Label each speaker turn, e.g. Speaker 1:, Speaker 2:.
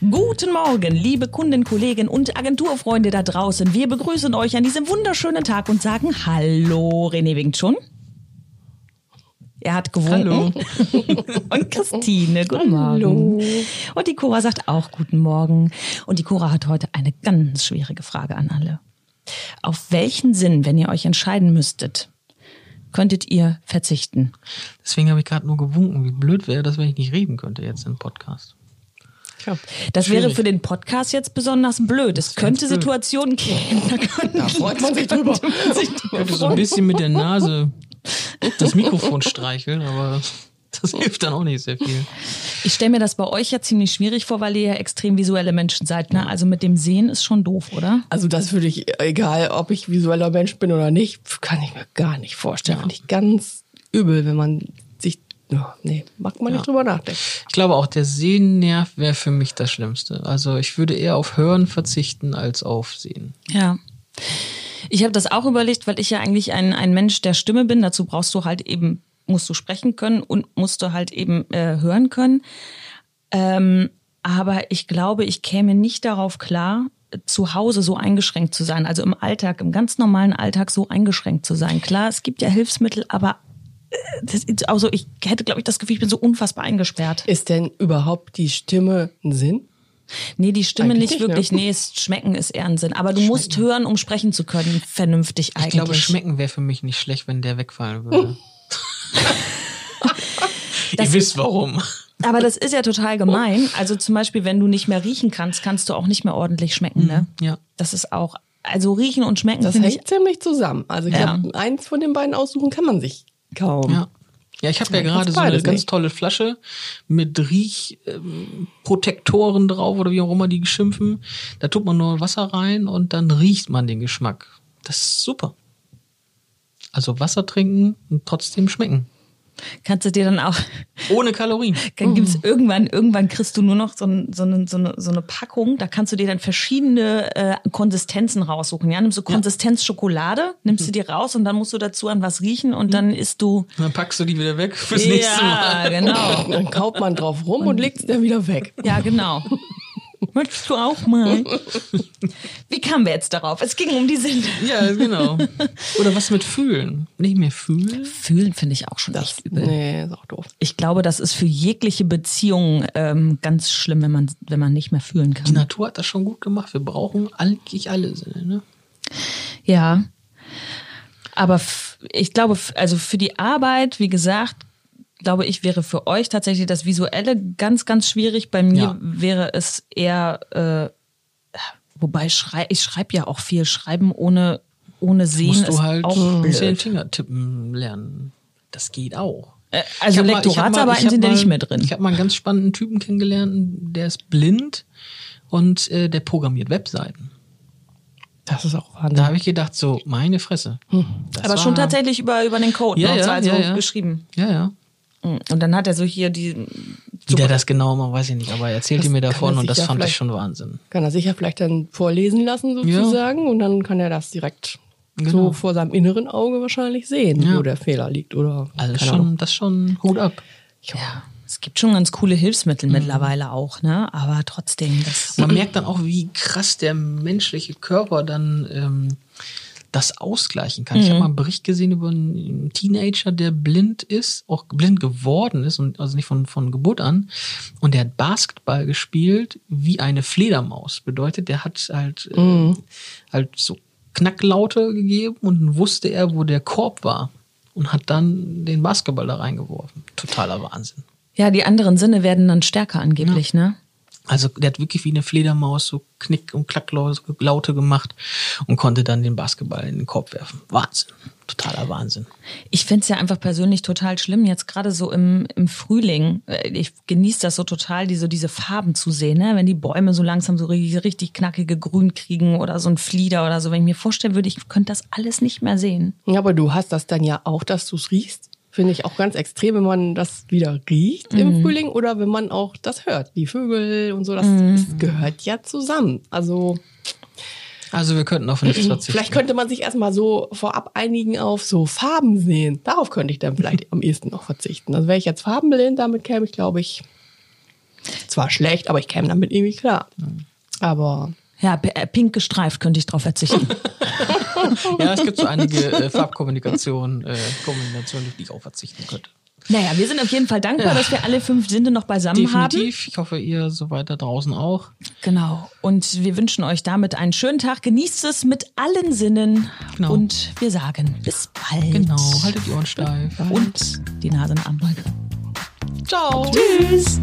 Speaker 1: Guten Morgen, liebe Kunden, Kollegen und Agenturfreunde da draußen. Wir begrüßen euch an diesem wunderschönen Tag und sagen Hallo, René winkt schon. Er hat gewunken. und Christine, guten Morgen. Und die Cora sagt auch guten Morgen. Und die Cora hat heute eine ganz schwierige Frage an alle. Auf welchen Sinn, wenn ihr euch entscheiden müsstet, könntet ihr verzichten?
Speaker 2: Deswegen habe ich gerade nur gewunken. Wie blöd wäre das, wenn ich nicht reden könnte jetzt im Podcast.
Speaker 1: Das wäre für den Podcast jetzt besonders blöd. Es könnte Situationen geben, da könnte
Speaker 3: Da freut man sich drüber.
Speaker 1: man sich
Speaker 2: könnte so ein bisschen mit der Nase das Mikrofon streicheln, aber das hilft dann auch nicht sehr viel.
Speaker 1: Ich stelle mir das bei euch ja ziemlich schwierig vor, weil ihr ja extrem visuelle Menschen seid. Ne? Also mit dem Sehen ist schon doof, oder?
Speaker 3: Also das würde ich, egal ob ich visueller Mensch bin oder nicht, kann ich mir gar nicht vorstellen. Finde ich ganz übel, wenn man sich, ja, nee, mag man nicht drüber nachdenken.
Speaker 2: Ich glaube auch, der Sehnerv wäre für mich das Schlimmste. Also ich würde eher auf Hören verzichten als auf Sehen.
Speaker 1: Ja. Ich habe das auch überlegt, weil ich ja eigentlich ein, ein Mensch der Stimme bin. Dazu brauchst du halt eben, musst du sprechen können und musst du halt eben äh, hören können. Ähm, aber ich glaube, ich käme nicht darauf klar, zu Hause so eingeschränkt zu sein. Also im Alltag, im ganz normalen Alltag so eingeschränkt zu sein. Klar, es gibt ja Hilfsmittel, aber äh, das, ist- also ich hätte, glaube ich, das Gefühl, ich bin so unfassbar eingesperrt.
Speaker 3: Ist denn überhaupt die Stimme ein Sinn?
Speaker 1: Nee, die Stimme nicht
Speaker 3: Eigentlich nicht, ne?
Speaker 1: wirklich. Nee, es schmecken ist eher ein Sinn. Aber du musst hören, um sprechen zu können, vernünftig
Speaker 2: Ich
Speaker 1: eigentlich.
Speaker 2: glaube, schmecken wäre für mich nicht schlecht, wenn der wegfallen würde. Ihr
Speaker 1: Das-
Speaker 2: wisst warum.
Speaker 1: Aber das ist ja total gemein. Also zum Beispiel, wenn du nicht mehr riechen kannst, kannst du auch nicht mehr ordentlich schmecken, ne?
Speaker 2: Ja.
Speaker 1: Das ist auch, also riechen und schmecken
Speaker 3: Das
Speaker 1: finde ich.
Speaker 3: hängt ziemlich zusammen. Also ich
Speaker 1: Ja.
Speaker 3: glaube, eins von den beiden aussuchen kann man sich kaum.
Speaker 1: Hm.
Speaker 2: Ja. Ja, ich habe ja gerade
Speaker 3: kannst
Speaker 2: so eine
Speaker 3: beides
Speaker 2: ganz
Speaker 3: nicht.
Speaker 2: tolle Flasche mit Riechprotektoren drauf oder wie auch immer die schimpfen. Da tut man nur Wasser rein und dann riecht man den Geschmack. Das ist super. Also Wasser trinken und trotzdem schmecken.
Speaker 1: Kannst du dir dann auch,
Speaker 2: Ohne Kalorien.
Speaker 1: dann gibt's irgendwann, irgendwann kriegst du nur noch so, ein, so, eine, so, eine, so eine Packung, da kannst du dir dann verschiedene äh, Konsistenzen raussuchen. Ja, nimmst du Konsistenz Schokolade, nimmst du dir raus und dann musst du dazu an was riechen und dann isst du.
Speaker 2: Und dann packst du die wieder weg fürs nächste Mal.
Speaker 1: Ja, genau.
Speaker 3: Dann kaut man drauf rum Oh. und legt es dann wieder weg.
Speaker 1: Ja, genau. Möchtest du auch mal? Wie kamen wir jetzt darauf? Es ging um die Sinne.
Speaker 2: Ja, genau. Oder was mit fühlen? Nicht mehr fühlen?
Speaker 1: Fühlen finde ich auch schon echt übel.
Speaker 3: Nee, ist auch doof.
Speaker 1: Ich glaube, das ist für jegliche Beziehung ähm, ganz schlimm, wenn man, wenn man nicht mehr fühlen
Speaker 2: Die
Speaker 1: kann.
Speaker 2: Natur hat das schon gut gemacht. Wir brauchen eigentlich alle Sinne. Ne?
Speaker 1: Ja. Aber f- ich glaube, f- also für die Arbeit, wie gesagt, glaube ich, wäre für euch tatsächlich das Visuelle ganz, ganz schwierig. Bei mir
Speaker 2: Ja.
Speaker 1: wäre es eher, äh, wobei schrei ich schreibe ja auch viel. Schreiben ohne, ohne Sehen
Speaker 2: musst du
Speaker 1: ist
Speaker 2: halt
Speaker 1: auch blöd.
Speaker 2: zehn Finger tippen lernen. Das geht auch.
Speaker 1: Äh,
Speaker 2: Ich
Speaker 1: Also
Speaker 2: hab mal- ich hab mal- ich
Speaker 1: Lektoratsarbeiten
Speaker 2: hab
Speaker 1: sind ja
Speaker 2: mal-
Speaker 1: nicht mehr drin.
Speaker 2: Ich habe mal einen ganz spannenden Typen kennengelernt, der ist blind und äh, der programmiert Webseiten.
Speaker 3: Das ist auch
Speaker 2: Da
Speaker 3: Wahnsinn.
Speaker 2: habe ich gedacht, so, meine Fresse. Das
Speaker 1: Hm. Aber schon
Speaker 2: war-
Speaker 1: tatsächlich über, über den Code,
Speaker 2: Ja,
Speaker 1: ne?
Speaker 2: ja,
Speaker 1: also
Speaker 2: ja, ja.
Speaker 1: geschrieben. Mm.
Speaker 2: Ja, ja.
Speaker 1: Und dann hat er so hier die.
Speaker 2: Wie der das genau macht, weiß ich nicht, aber er erzählte
Speaker 3: Das
Speaker 2: mir
Speaker 3: kann er
Speaker 2: davon
Speaker 3: sich
Speaker 2: und das
Speaker 3: ja
Speaker 2: fand ich
Speaker 3: vielleicht-
Speaker 2: schon Wahnsinn.
Speaker 3: Kann er sich ja vielleicht dann vorlesen lassen sozusagen und dann kann er das direkt
Speaker 2: Genau.
Speaker 3: so vor seinem inneren Auge wahrscheinlich sehen,
Speaker 2: Ja.
Speaker 3: wo der Fehler liegt oder
Speaker 2: Also
Speaker 3: keine Ahnung.
Speaker 2: schon, das schon Hut ab.
Speaker 1: Ja, es gibt schon ganz coole Hilfsmittel mittlerweile auch, ne? Aber trotzdem, das.
Speaker 2: Man merkt dann auch, wie krass der menschliche Körper dann ähm, das ausgleichen kann. Ich habe mal einen Bericht gesehen über einen Teenager, der blind ist, auch blind geworden ist, und also nicht von, von Geburt an. Und der hat Basketball gespielt wie eine Fledermaus. Bedeutet, der hat halt, äh, halt so Knacklaute gegeben und dann wusste er, wo der Korb war. Und hat dann den Basketball da reingeworfen. Totaler Wahnsinn.
Speaker 1: Ja, die anderen Sinne werden dann stärker angeblich, ne?
Speaker 2: Also der hat wirklich wie eine Fledermaus so Knick- und Klacklaute gemacht und konnte dann den Basketball in den Korb werfen. Wahnsinn. Totaler Wahnsinn.
Speaker 1: Ich find's ja einfach persönlich total schlimm, jetzt gerade so im, im Frühling. äh, Ich genieße das so total, die, so diese Farben zu sehen, ne? wenn die Bäume so langsam so richtig, richtig knackige Grün kriegen oder so ein Flieder oder so. Wenn ich mir vorstellen würde, ich könnte das alles nicht mehr sehen.
Speaker 3: Ja, aber du hast das dann ja auch, dass du es riechst. Finde ich auch ganz extrem, wenn man das wieder riecht
Speaker 2: Mhm.
Speaker 3: im Frühling oder wenn man auch das hört. Die Vögel und so, das
Speaker 2: Mhm.
Speaker 3: ist, gehört ja zusammen. Also
Speaker 2: Also wir könnten auf nichts verzichten.
Speaker 3: vielleicht könnte man sich erstmal so vorab einigen auf so Farben sehen. Darauf könnte ich dann vielleicht am ehesten noch verzichten. Also wäre ich jetzt farbenblind, damit käme ich, glaube ich, zwar schlecht, aber ich käme damit irgendwie klar. Aber
Speaker 1: Ja, p- äh, pink gestreift könnte ich drauf verzichten.
Speaker 2: Ja, es gibt so einige äh, Farbkombinationen, äh, Kombinationen, auf die ich auch verzichten könnte.
Speaker 1: naja, wir sind auf jeden Fall dankbar, dass wir alle fünf Sinne noch beisammen haben.
Speaker 2: Definitiv. Ich hoffe, ihr so weiter draußen auch.
Speaker 1: Genau. Und wir wünschen euch damit einen schönen Tag. Genießt es mit allen Sinnen.
Speaker 2: Genau.
Speaker 1: Und wir sagen bis bald.
Speaker 2: Genau. Haltet die Ohren steif.
Speaker 1: Und die Nase in der Armbeuge.
Speaker 2: Ciao.
Speaker 1: Tschüss.